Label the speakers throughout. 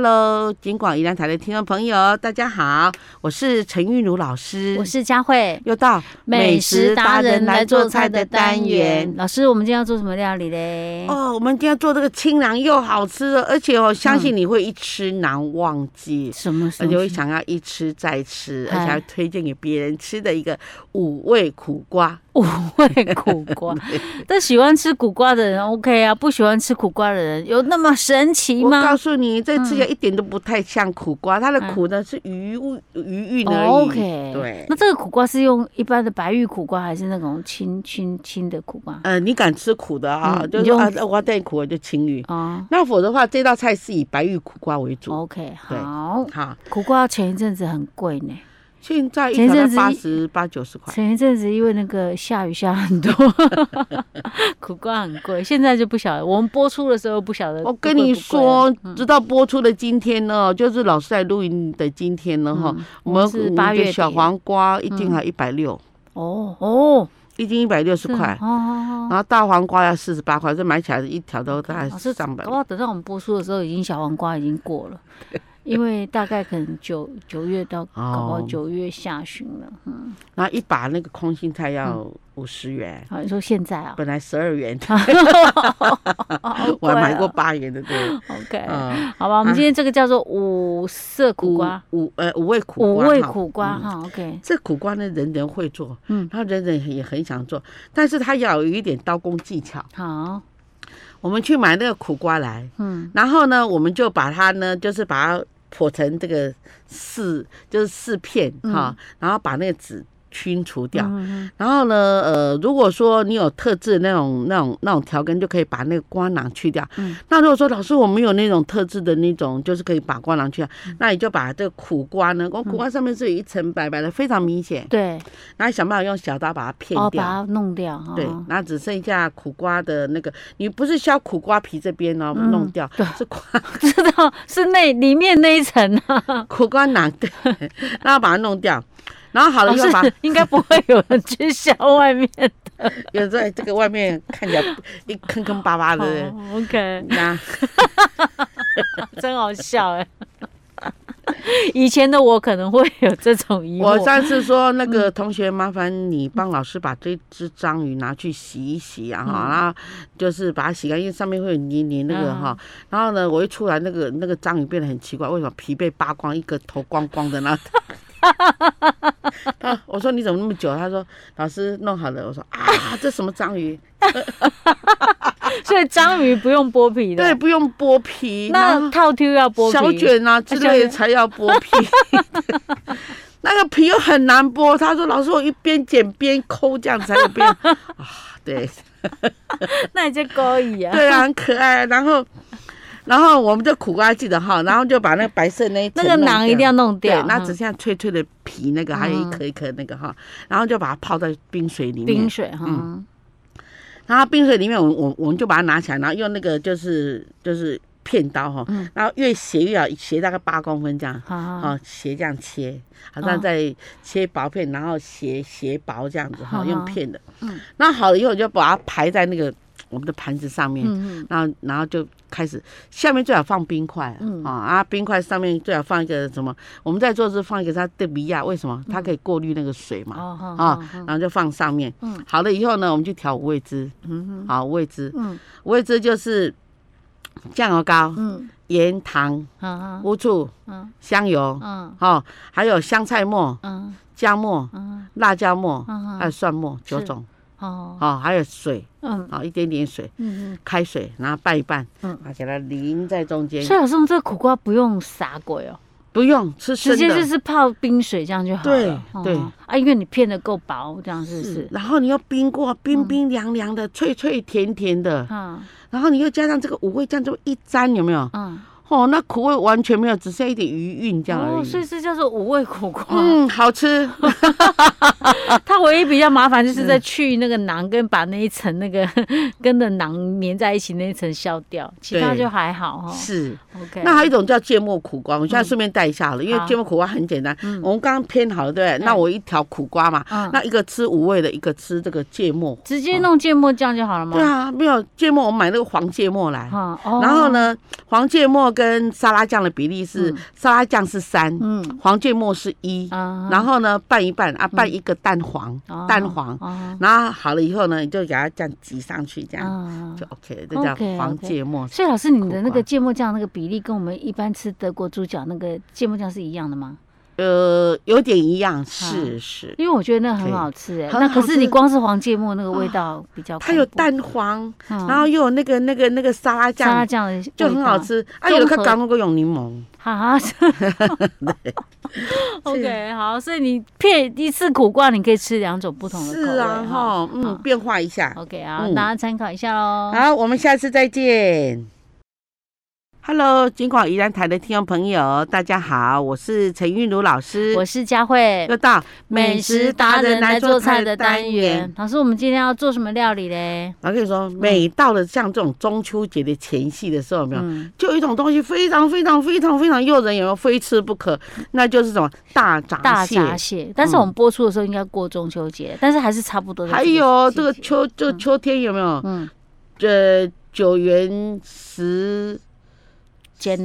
Speaker 1: Hello，金广宜兰台的听众朋友，大家好，我是陈玉茹老师，
Speaker 2: 我是佳慧，
Speaker 1: 又到
Speaker 2: 老师，我们今天要做什么料理嘞？
Speaker 1: 哦，我们今天做这个清凉又好吃的，而且我、相信你会一吃难忘记，
Speaker 2: 什么什
Speaker 1: 而且
Speaker 2: 么
Speaker 1: 会？想要呃一吃再吃，而
Speaker 2: 哎
Speaker 1: 且还推荐给别人吃的一个五味苦瓜。
Speaker 2: 我会苦 瓜，但喜欢吃苦瓜的人 OK 啊，不喜欢吃苦瓜的人有那么神奇
Speaker 1: 我告
Speaker 2: 吗？
Speaker 1: 诉你，这吃起来一点都不太像苦瓜，它的
Speaker 2: 嗯
Speaker 1: 苦呢是余味余韵而已。
Speaker 2: 哦 OK，
Speaker 1: 对
Speaker 2: 那这个苦瓜是用一般的白玉苦瓜，还是那种青青青的苦瓜？
Speaker 1: 呃，你敢吃苦的啊？
Speaker 2: 嗯
Speaker 1: 就是
Speaker 2: 你就
Speaker 1: 说啊，我要带苦我就清玉。
Speaker 2: 哦
Speaker 1: 那否则的话，这道菜是以白玉苦瓜为主。
Speaker 2: ，OK，
Speaker 1: 对
Speaker 2: 好，
Speaker 1: 好，
Speaker 2: 苦瓜前一阵子很贵呢，
Speaker 1: 现在一
Speaker 2: 前
Speaker 1: 条
Speaker 2: 阵
Speaker 1: 要
Speaker 2: 子
Speaker 1: 八
Speaker 2: 一
Speaker 1: 十八九十块。
Speaker 2: 前一阵子因为那个下雨下很多， 苦瓜很贵，现在就不晓得。我们播出的时候不晓得贵
Speaker 1: 我
Speaker 2: 不贵啊
Speaker 1: 跟
Speaker 2: 了。
Speaker 1: 你说，直到播出的今天呢，就是老师在录音的今天呢，哈、
Speaker 2: 嗯
Speaker 1: 我们
Speaker 2: 我们是
Speaker 1: 我
Speaker 2: 八
Speaker 1: 们
Speaker 2: 月底嗯
Speaker 1: 的小黄瓜一斤还一百六，
Speaker 2: 哦哦，
Speaker 1: 一斤一百六十
Speaker 2: 是
Speaker 1: 块
Speaker 2: 哦，哦哦
Speaker 1: 然后大黄瓜要四十八块，这买起来一条都大概
Speaker 2: 哦老师，
Speaker 1: 上百
Speaker 2: 搞。不好等到我们播出的时候，已经小黄瓜已经过 了，因为大概可能九九月到搞不好
Speaker 1: 哦
Speaker 2: 九月下旬了。
Speaker 1: 然后一把那个空心菜要
Speaker 2: 嗯
Speaker 1: 五十元，
Speaker 2: 好，你说现在啊？
Speaker 1: 本来十二元，
Speaker 2: 好
Speaker 1: 我还买
Speaker 2: 贵
Speaker 1: 过
Speaker 2: 哦
Speaker 1: 八元的，对，
Speaker 2: OK，
Speaker 1: 嗯，
Speaker 2: 好吧，我们
Speaker 1: 啊
Speaker 2: 今天这个叫做五色哦苦瓜，
Speaker 1: 五五呃五味苦瓜，
Speaker 2: 五味
Speaker 1: 哈
Speaker 2: 苦瓜
Speaker 1: 嗯
Speaker 2: 哈。OK，
Speaker 1: 这苦瓜呢，人人会做，
Speaker 2: 嗯
Speaker 1: 嗯，然后人人也很想做，但是他要有一点刀工技巧。
Speaker 2: 好，
Speaker 1: 我们去买那个苦瓜来，
Speaker 2: 嗯，
Speaker 1: 然后呢，我们就把它呢，就是把它剖成这个四，就是四片哈、然后把那个籽清除掉。
Speaker 2: 嗯
Speaker 1: 然后呢，呃，如果说你有特制那种、那种、那种调羹，就可以把那个瓜囊去掉。
Speaker 2: 嗯
Speaker 1: 那如果说老师我们有那种特制的那种，就是可以把瓜囊去掉，那你就把这个苦瓜呢，
Speaker 2: 嗯
Speaker 1: 我苦瓜上面是有一层白白的，非常明显。
Speaker 2: 对，
Speaker 1: 然后想办法用小刀把它片
Speaker 2: 哦，
Speaker 1: 掉。
Speaker 2: 把它哦弄掉哈。
Speaker 1: 对，然后只剩下苦瓜的那个，你不是削苦瓜皮这边哦，
Speaker 2: 嗯
Speaker 1: 弄掉
Speaker 2: 对，
Speaker 1: 是瓜
Speaker 2: 知道是那里面那一层啊，
Speaker 1: 苦瓜囊，对，然后把它弄掉，然后好
Speaker 2: 老
Speaker 1: 了以后把
Speaker 2: 师应该不会有人去削外 面的。
Speaker 1: 有在这个外面看起来一坑坑巴巴的，
Speaker 2: 哦 OK，
Speaker 1: 那
Speaker 2: 真好笑哎！ 以前的我可能会有这种疑
Speaker 1: 我嗯
Speaker 2: 惑。
Speaker 1: 上次说那个同学，麻烦你帮老师把这只章鱼拿去洗一洗啊，哈、然后就是把它洗干净，上面会有泥泥那个哈、然后呢，我一出来，那个那个章鱼变得很奇怪，为什么皮被扒光，一个头光光的 呢？他我说你怎么那么久？他说老师弄好了。我说啊，这什么章鱼？
Speaker 2: 所以章鱼不用剥皮的，
Speaker 1: 对，，不用剥皮。然
Speaker 2: 那
Speaker 1: 后
Speaker 2: 套 Q 要剥皮。
Speaker 1: 小卷啊之类的才要剥 皮。那个皮又很难剥，他说老师，我一边剪边抠，这样才有 变啊。对
Speaker 2: 那你就勾引啊。
Speaker 1: 对啊，很可爱。然后，然后我们就苦瓜记得哈，然后就把那个白色那一层
Speaker 2: 那个
Speaker 1: 弄
Speaker 2: 囊一
Speaker 1: 掉
Speaker 2: 定要弄
Speaker 1: 对
Speaker 2: 掉，，
Speaker 1: 那
Speaker 2: 嗯
Speaker 1: 只剩下脆脆的皮那个，还有一颗一颗那个哈，然后就把它泡在冰水里面
Speaker 2: 冰。水哈。
Speaker 1: 嗯然后冰水里面，我我我们就把它拿起来，然后用那个就是就是片刀哈
Speaker 2: 嗯，
Speaker 1: 然后越斜越好，斜大概八公分这样。
Speaker 2: 好好好
Speaker 1: 哦，斜这样切，好像
Speaker 2: 啊哦
Speaker 1: 在切薄片，然后斜斜薄这样子哈，
Speaker 2: 好
Speaker 1: 用
Speaker 2: 好
Speaker 1: 片的。
Speaker 2: 哦嗯
Speaker 1: 那好了以后，你就把它排在那个我们的盘子上面，
Speaker 2: 嗯嗯，
Speaker 1: 然后然后就开始下面最好放冰块，
Speaker 2: 嗯
Speaker 1: 啊啊，冰块上面最好放一个什么？我们在做是放一个它的米亚，为什
Speaker 2: 嗯
Speaker 1: 么？它可以过滤那个水嘛，
Speaker 2: 好好
Speaker 1: 啊
Speaker 2: 好，好
Speaker 1: 然后就放上面。
Speaker 2: 哦嗯
Speaker 1: 好了以后呢，我们就调五味汁，
Speaker 2: 嗯
Speaker 1: 好，五味汁，
Speaker 2: 嗯
Speaker 1: 五味汁就是酱油膏、
Speaker 2: 嗯，
Speaker 1: 盐、糖、
Speaker 2: 好好
Speaker 1: 乌醋、
Speaker 2: 嗯
Speaker 1: 香油。
Speaker 2: 嗯
Speaker 1: 哦，还有香菜末、
Speaker 2: 嗯
Speaker 1: 姜末、
Speaker 2: 嗯
Speaker 1: 辣椒末，
Speaker 2: 嗯
Speaker 1: 还有蒜末九
Speaker 2: 是
Speaker 1: 种，
Speaker 2: 哦
Speaker 1: 哦，还有水，
Speaker 2: 嗯
Speaker 1: 哦，一点点水，
Speaker 2: 嗯嗯。
Speaker 1: 开水，然后拌一拌，
Speaker 2: 嗯
Speaker 1: 嗯，把它淋在中间，
Speaker 2: 所以老师，我们这个苦瓜不用撒鬼哦。
Speaker 1: 不用吃生
Speaker 2: 直接就
Speaker 1: 的。
Speaker 2: 是泡冰水这样就好了。
Speaker 1: 对对
Speaker 2: 哦啊，因为你片的够薄，这样是不是？
Speaker 1: 然后你又冰过，冰冰凉凉的，脆脆甜甜的，
Speaker 2: 嗯
Speaker 1: 然后你又加上这个五味酱，这么一沾，有没有？
Speaker 2: 嗯，
Speaker 1: 哦，那苦味完全没有，只剩一点余韵这样而
Speaker 2: 哦，所以
Speaker 1: 已。
Speaker 2: 这叫做五味苦瓜。
Speaker 1: 嗯，好吃。
Speaker 2: 它唯一比较麻烦就是在去那个囊跟把那一层那个 跟的囊粘在一起那一层削掉，其他
Speaker 1: 对
Speaker 2: 就还好哈。
Speaker 1: 是，
Speaker 2: OK，
Speaker 1: 那还有一种叫芥末苦瓜，我现在顺便带一下好了，因
Speaker 2: 嗯好
Speaker 1: 为芥末苦瓜很简单，我们刚刚偏好了，对不对？那我一条苦瓜嘛，
Speaker 2: 嗯
Speaker 1: 那一个吃五味的，一个吃这个芥末。啊
Speaker 2: 直接弄芥末酱就好了吗？
Speaker 1: 对啊，没有芥末，我买那个黄芥末来，
Speaker 2: 哦哈，哦
Speaker 1: 然后？呢，黄芥末跟沙拉酱的比例是，沙拉酱是三、
Speaker 2: 嗯
Speaker 1: 黄芥末是一、
Speaker 2: 啊，嗯
Speaker 1: 然后呢拌一拌啊，拌一个蛋黄，
Speaker 2: 哦
Speaker 1: 蛋黄，
Speaker 2: 啊
Speaker 1: 然后好了以后呢，你就给它这样挤上去，这样、
Speaker 2: 啊
Speaker 1: 就 OK，了这叫
Speaker 2: OK，OK
Speaker 1: 黄芥末。
Speaker 2: 所以老师，你的
Speaker 1: 苦
Speaker 2: 那
Speaker 1: 啊瓜
Speaker 2: 个芥末酱那个比例跟我们一般吃德国猪脚那个芥末酱是一样的吗？
Speaker 1: 呃，有点一样，是是，
Speaker 2: 因为我觉得那个很
Speaker 1: 对
Speaker 2: 好吃哎、
Speaker 1: 很
Speaker 2: 那
Speaker 1: 好
Speaker 2: 可是你
Speaker 1: 吃啊
Speaker 2: 光是黄芥末那个味道比较恐怖，
Speaker 1: 它有蛋黄，
Speaker 2: 嗯，
Speaker 1: 然后又有那个那个那个沙拉
Speaker 2: 沙拉
Speaker 1: 酱，
Speaker 2: 酱的味
Speaker 1: 就很好
Speaker 2: 道，
Speaker 1: 吃。啊，有的
Speaker 2: 综
Speaker 1: 看
Speaker 2: 合
Speaker 1: 刚刚过用柠檬，
Speaker 2: 哈哈。OK，好，所以你片一次苦瓜，你可以吃两种不同的口
Speaker 1: 是
Speaker 2: 味
Speaker 1: 啊哈，嗯，
Speaker 2: 好
Speaker 1: 变化一下。
Speaker 2: OK 啊，
Speaker 1: 嗯
Speaker 2: 大家参考一下哦喽。
Speaker 1: 好，我们下次再见。Hello，金广宜兰台的听众朋友，大家好，我是陈韵如老师，
Speaker 2: 我是佳慧，
Speaker 1: 又到
Speaker 2: 美食达人来做菜的单元。。老师，我们今天要做什么料理嘞？
Speaker 1: 我跟你说，每到了像这种中秋节的前夕的时候，有没有？
Speaker 2: 嗯，
Speaker 1: 就有一种东西非常非常非常非常诱人，有没有？非吃不可，那就是什么大闸
Speaker 2: 大
Speaker 1: 蟹。
Speaker 2: 闸蟹，但是我们播出的时候应该过中秋节，但是还是差不多的。
Speaker 1: 嗯还有这个
Speaker 2: 季节，
Speaker 1: 秋，这个秋天有没有？
Speaker 2: 嗯，
Speaker 1: 呃，九元十
Speaker 2: 煎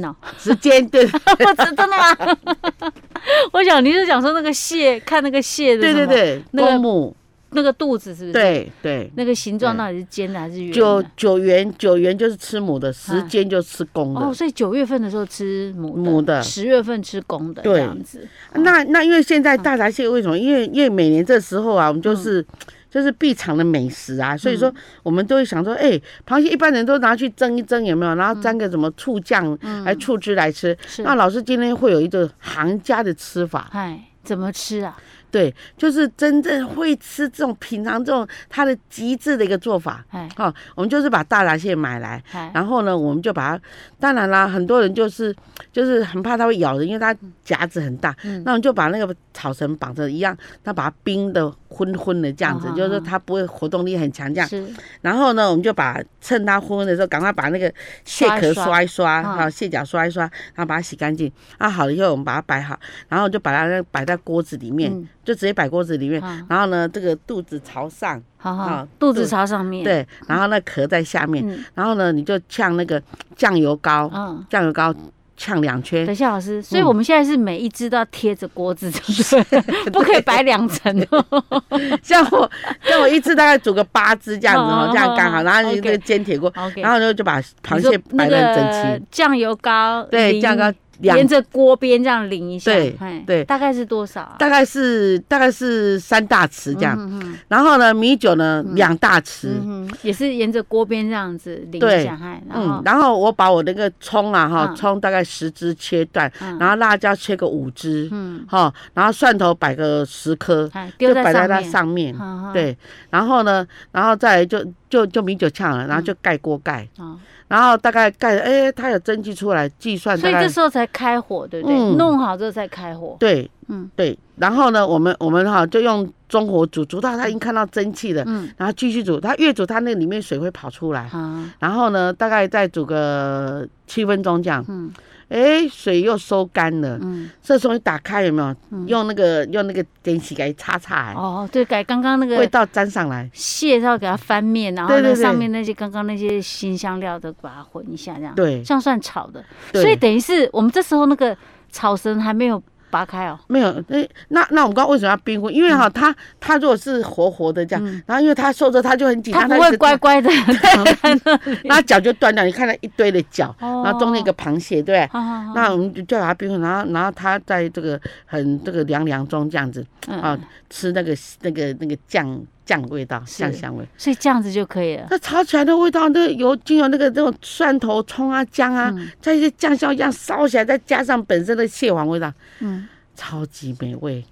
Speaker 2: 脑，
Speaker 1: 时间，对
Speaker 2: 我真的吗？ 我想你是想说那个蟹，看那个蟹的
Speaker 1: 对对
Speaker 2: 什么，
Speaker 1: 对，
Speaker 2: 那个
Speaker 1: 公母，
Speaker 2: 那个肚子是不是？，
Speaker 1: 对对。
Speaker 2: 那个形状
Speaker 1: 对
Speaker 2: 到底是尖的还是圆的？
Speaker 1: 九九元啊九元就是吃母的，十
Speaker 2: 嗯
Speaker 1: 间就吃公的。
Speaker 2: 哦，所以九月份的时候吃母
Speaker 1: 母的
Speaker 2: 十月份吃公的，
Speaker 1: 对
Speaker 2: 这样子。
Speaker 1: 啊那那因为现在大闸蟹为什么？因为因为每年这时候啊，我们就是、就是必尝的美食啊，所以说我们都会想说，哎、螃蟹一般人都拿去蒸一蒸，有没有？然后沾个什么醋酱来醋汁来吃。
Speaker 2: 是
Speaker 1: 那老师今天会有一个行家的吃法，
Speaker 2: 哎，怎么吃啊？
Speaker 1: 对，就是真正会吃这种品尝这种它的极致的一个做法。
Speaker 2: 哎
Speaker 1: 好、我们就是把大闸蟹买来，
Speaker 2: 哎，
Speaker 1: 然后呢，我们就把它，当然啦，很多人就是就是很怕它会咬人，因为它夹子很大。那我们就把那个草绳绑着一样，那把它冰的昏昏的这样子，
Speaker 2: 啊
Speaker 1: 就是说它不会活动力很强这样。
Speaker 2: 是
Speaker 1: 然后呢，我们就把趁它昏昏的时候，赶快把那个蟹壳
Speaker 2: 刷
Speaker 1: 刷一刷，
Speaker 2: 嗯
Speaker 1: 好、蟹脚刷一刷，然后把它洗干净。啊，好了以后我们把它摆好，然后就把它摆在锅子里面，
Speaker 2: 嗯
Speaker 1: 就直接摆锅子里面。
Speaker 2: 啊，
Speaker 1: 然后呢，这个肚子朝上，
Speaker 2: 好好
Speaker 1: 啊，
Speaker 2: 肚子
Speaker 1: 对
Speaker 2: 朝上面，，
Speaker 1: 对，然后那壳在下面。
Speaker 2: 嗯
Speaker 1: 然后呢，你就呛那个酱油膏，
Speaker 2: 嗯。
Speaker 1: 酱油膏呛两圈
Speaker 2: 等一。下，老师，
Speaker 1: 嗯
Speaker 2: 所以我们现在是每一只都要贴着锅子，对 不对？不可以摆两层 哦。
Speaker 1: 像我，像我一次大概煮个八只这样子哦
Speaker 2: 哦，
Speaker 1: 这样刚好。
Speaker 2: 哦
Speaker 1: 然后你
Speaker 2: OK
Speaker 1: 那个煎铁锅，
Speaker 2: OK，
Speaker 1: 然后呢就把螃
Speaker 2: 你说
Speaker 1: 蟹摆
Speaker 2: 那
Speaker 1: 得很
Speaker 2: 个
Speaker 1: 整齐，
Speaker 2: 酱油膏，
Speaker 1: 对，
Speaker 2: 淋
Speaker 1: 酱油膏两
Speaker 2: 沿着锅边这样淋一下，
Speaker 1: 对
Speaker 2: 哎
Speaker 1: 对
Speaker 2: 大概是多少啊？
Speaker 1: 大概是大概是三大匙这样。
Speaker 2: 嗯哼
Speaker 1: 然后呢，米酒呢两大匙，
Speaker 2: 嗯哼，也是沿着锅边这样子淋一
Speaker 1: 对
Speaker 2: 下，嗨，然
Speaker 1: 嗯
Speaker 2: 后，
Speaker 1: 然后我把我那个葱啊哈，
Speaker 2: 嗯
Speaker 1: 葱大概十只切断，
Speaker 2: 嗯
Speaker 1: 然后辣椒切个五只，
Speaker 2: 嗯，
Speaker 1: 哈，然后蒜头摆个十颗，
Speaker 2: 哎，
Speaker 1: 就
Speaker 2: 丢
Speaker 1: 摆
Speaker 2: 在
Speaker 1: 在
Speaker 2: 上
Speaker 1: 它上面。
Speaker 2: 面，嗯哈哈，
Speaker 1: 对，然后呢，然后再来就就就米酒呛
Speaker 2: 嗯
Speaker 1: 了，然后就盖锅盖，
Speaker 2: 哦
Speaker 1: 然后大概盖，哎，它有蒸汽出来，计算
Speaker 2: 所
Speaker 1: 大
Speaker 2: 以
Speaker 1: 概
Speaker 2: 这时候才开火，对不对？
Speaker 1: 嗯
Speaker 2: 弄好之后再开火，
Speaker 1: 对，
Speaker 2: 嗯
Speaker 1: 对，然后呢，我们我们哈就用中火煮，煮到它已经看到蒸汽了，
Speaker 2: 嗯，
Speaker 1: 然后继续煮，它越煮它那里面水会跑出来，
Speaker 2: 好，
Speaker 1: 然后呢，大概再煮个七分钟这样，
Speaker 2: 嗯
Speaker 1: 哎，水又收干了，
Speaker 2: 嗯，
Speaker 1: 这时候一打开有没有
Speaker 2: 嗯？
Speaker 1: 用那个用那个电洗给擦擦，哎
Speaker 2: 哦，对，改刚刚那
Speaker 1: 味
Speaker 2: 个
Speaker 1: 道沾上来，
Speaker 2: 蟹要给它翻面，然后
Speaker 1: 对对
Speaker 2: 呢
Speaker 1: 对
Speaker 2: 上面那些刚刚那些新香料都把它混一下，这样，
Speaker 1: 对
Speaker 2: 这样算炒的，
Speaker 1: 对
Speaker 2: 所以等于是我们这时候那个草绳还没有拔开哦，
Speaker 1: 没有，那那那我们刚刚为什么要冰敷？因为
Speaker 2: 嗯
Speaker 1: 哈、它它如果是活活的这样，然后因为它受着，它就很紧张，
Speaker 2: 它不
Speaker 1: 一
Speaker 2: 会
Speaker 1: 直
Speaker 2: 乖
Speaker 1: 动，
Speaker 2: 乖的 躺在那里，
Speaker 1: 然后脚就断掉，你看到一堆的脚，
Speaker 2: 哦
Speaker 1: 然后中间一个螃蟹，对不对。
Speaker 2: 好好好，
Speaker 1: 那我们就叫它冰敷，然后然后它在这个很这个凉凉中这样子啊
Speaker 2: 嗯，，
Speaker 1: 吃那个那个那个酱酱味道，
Speaker 2: 是
Speaker 1: 酱香味。
Speaker 2: 所以这样子就可以了，
Speaker 1: 那炒起来的味道，那个油经由那个那种蒜头、葱啊、姜啊，
Speaker 2: 嗯
Speaker 1: 在一些酱香一样烧起来，再加上本身的蟹黄味道，
Speaker 2: 嗯。
Speaker 1: 超级美味。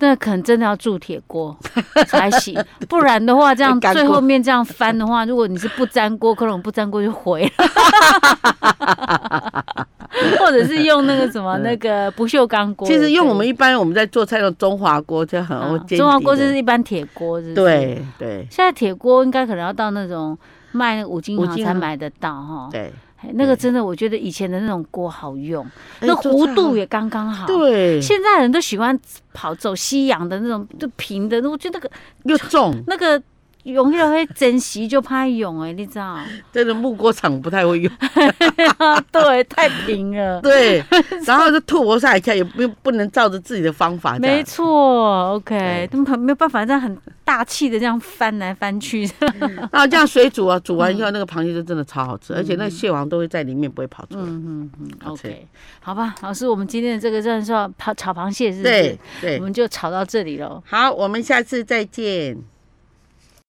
Speaker 2: 那可能真的要铸铁锅 才行，不然的话，这 样
Speaker 1: 干锅
Speaker 2: 最后面这样翻的话，如果你是不粘锅，可能不粘锅就毁了， 或者是用那个 什么那个不锈钢锅。
Speaker 1: 嗯其实用我们一般我们在做菜用中华锅就很
Speaker 2: 啊
Speaker 1: OK，、
Speaker 2: 中华锅就是一般铁锅，是不是。
Speaker 1: 对对
Speaker 2: 现在铁锅应该可能要到那种卖那个五金
Speaker 1: 五
Speaker 2: 行
Speaker 1: 金
Speaker 2: 才
Speaker 1: 行
Speaker 2: 买得到哈。
Speaker 1: 对，
Speaker 2: 哎那个真的，我觉得以前的那种锅好用，那
Speaker 1: 哎
Speaker 2: 弧度
Speaker 1: 也
Speaker 2: 也刚刚好。。
Speaker 1: 对，
Speaker 2: 现在人都喜欢跑走西洋的那种，就平的，我觉得那个
Speaker 1: 又重，
Speaker 2: 那个用迄落迄珍惜就怕用诶，你知道？
Speaker 1: 真的木锅铲不太会 用。
Speaker 2: 对，太平了。
Speaker 1: 对，然后就吐不下来，看也不不能照着自己的方法这
Speaker 2: 没
Speaker 1: 样。
Speaker 2: 错，OK，他们没有办法这样很大气的这样翻来翻去，
Speaker 1: 那这样水煮啊，煮完以后那个螃蟹就真的超好吃，而且那个蟹黄都会在里面，不会跑出来。
Speaker 2: 嗯嗯嗯嗯
Speaker 1: 好吃
Speaker 2: ，OK，好吧，老师，我们今天的这个算是要炒炒螃蟹，是不是？
Speaker 1: 对
Speaker 2: 我
Speaker 1: 对，
Speaker 2: 们就炒到这里喽。
Speaker 1: 好，我们下次再见。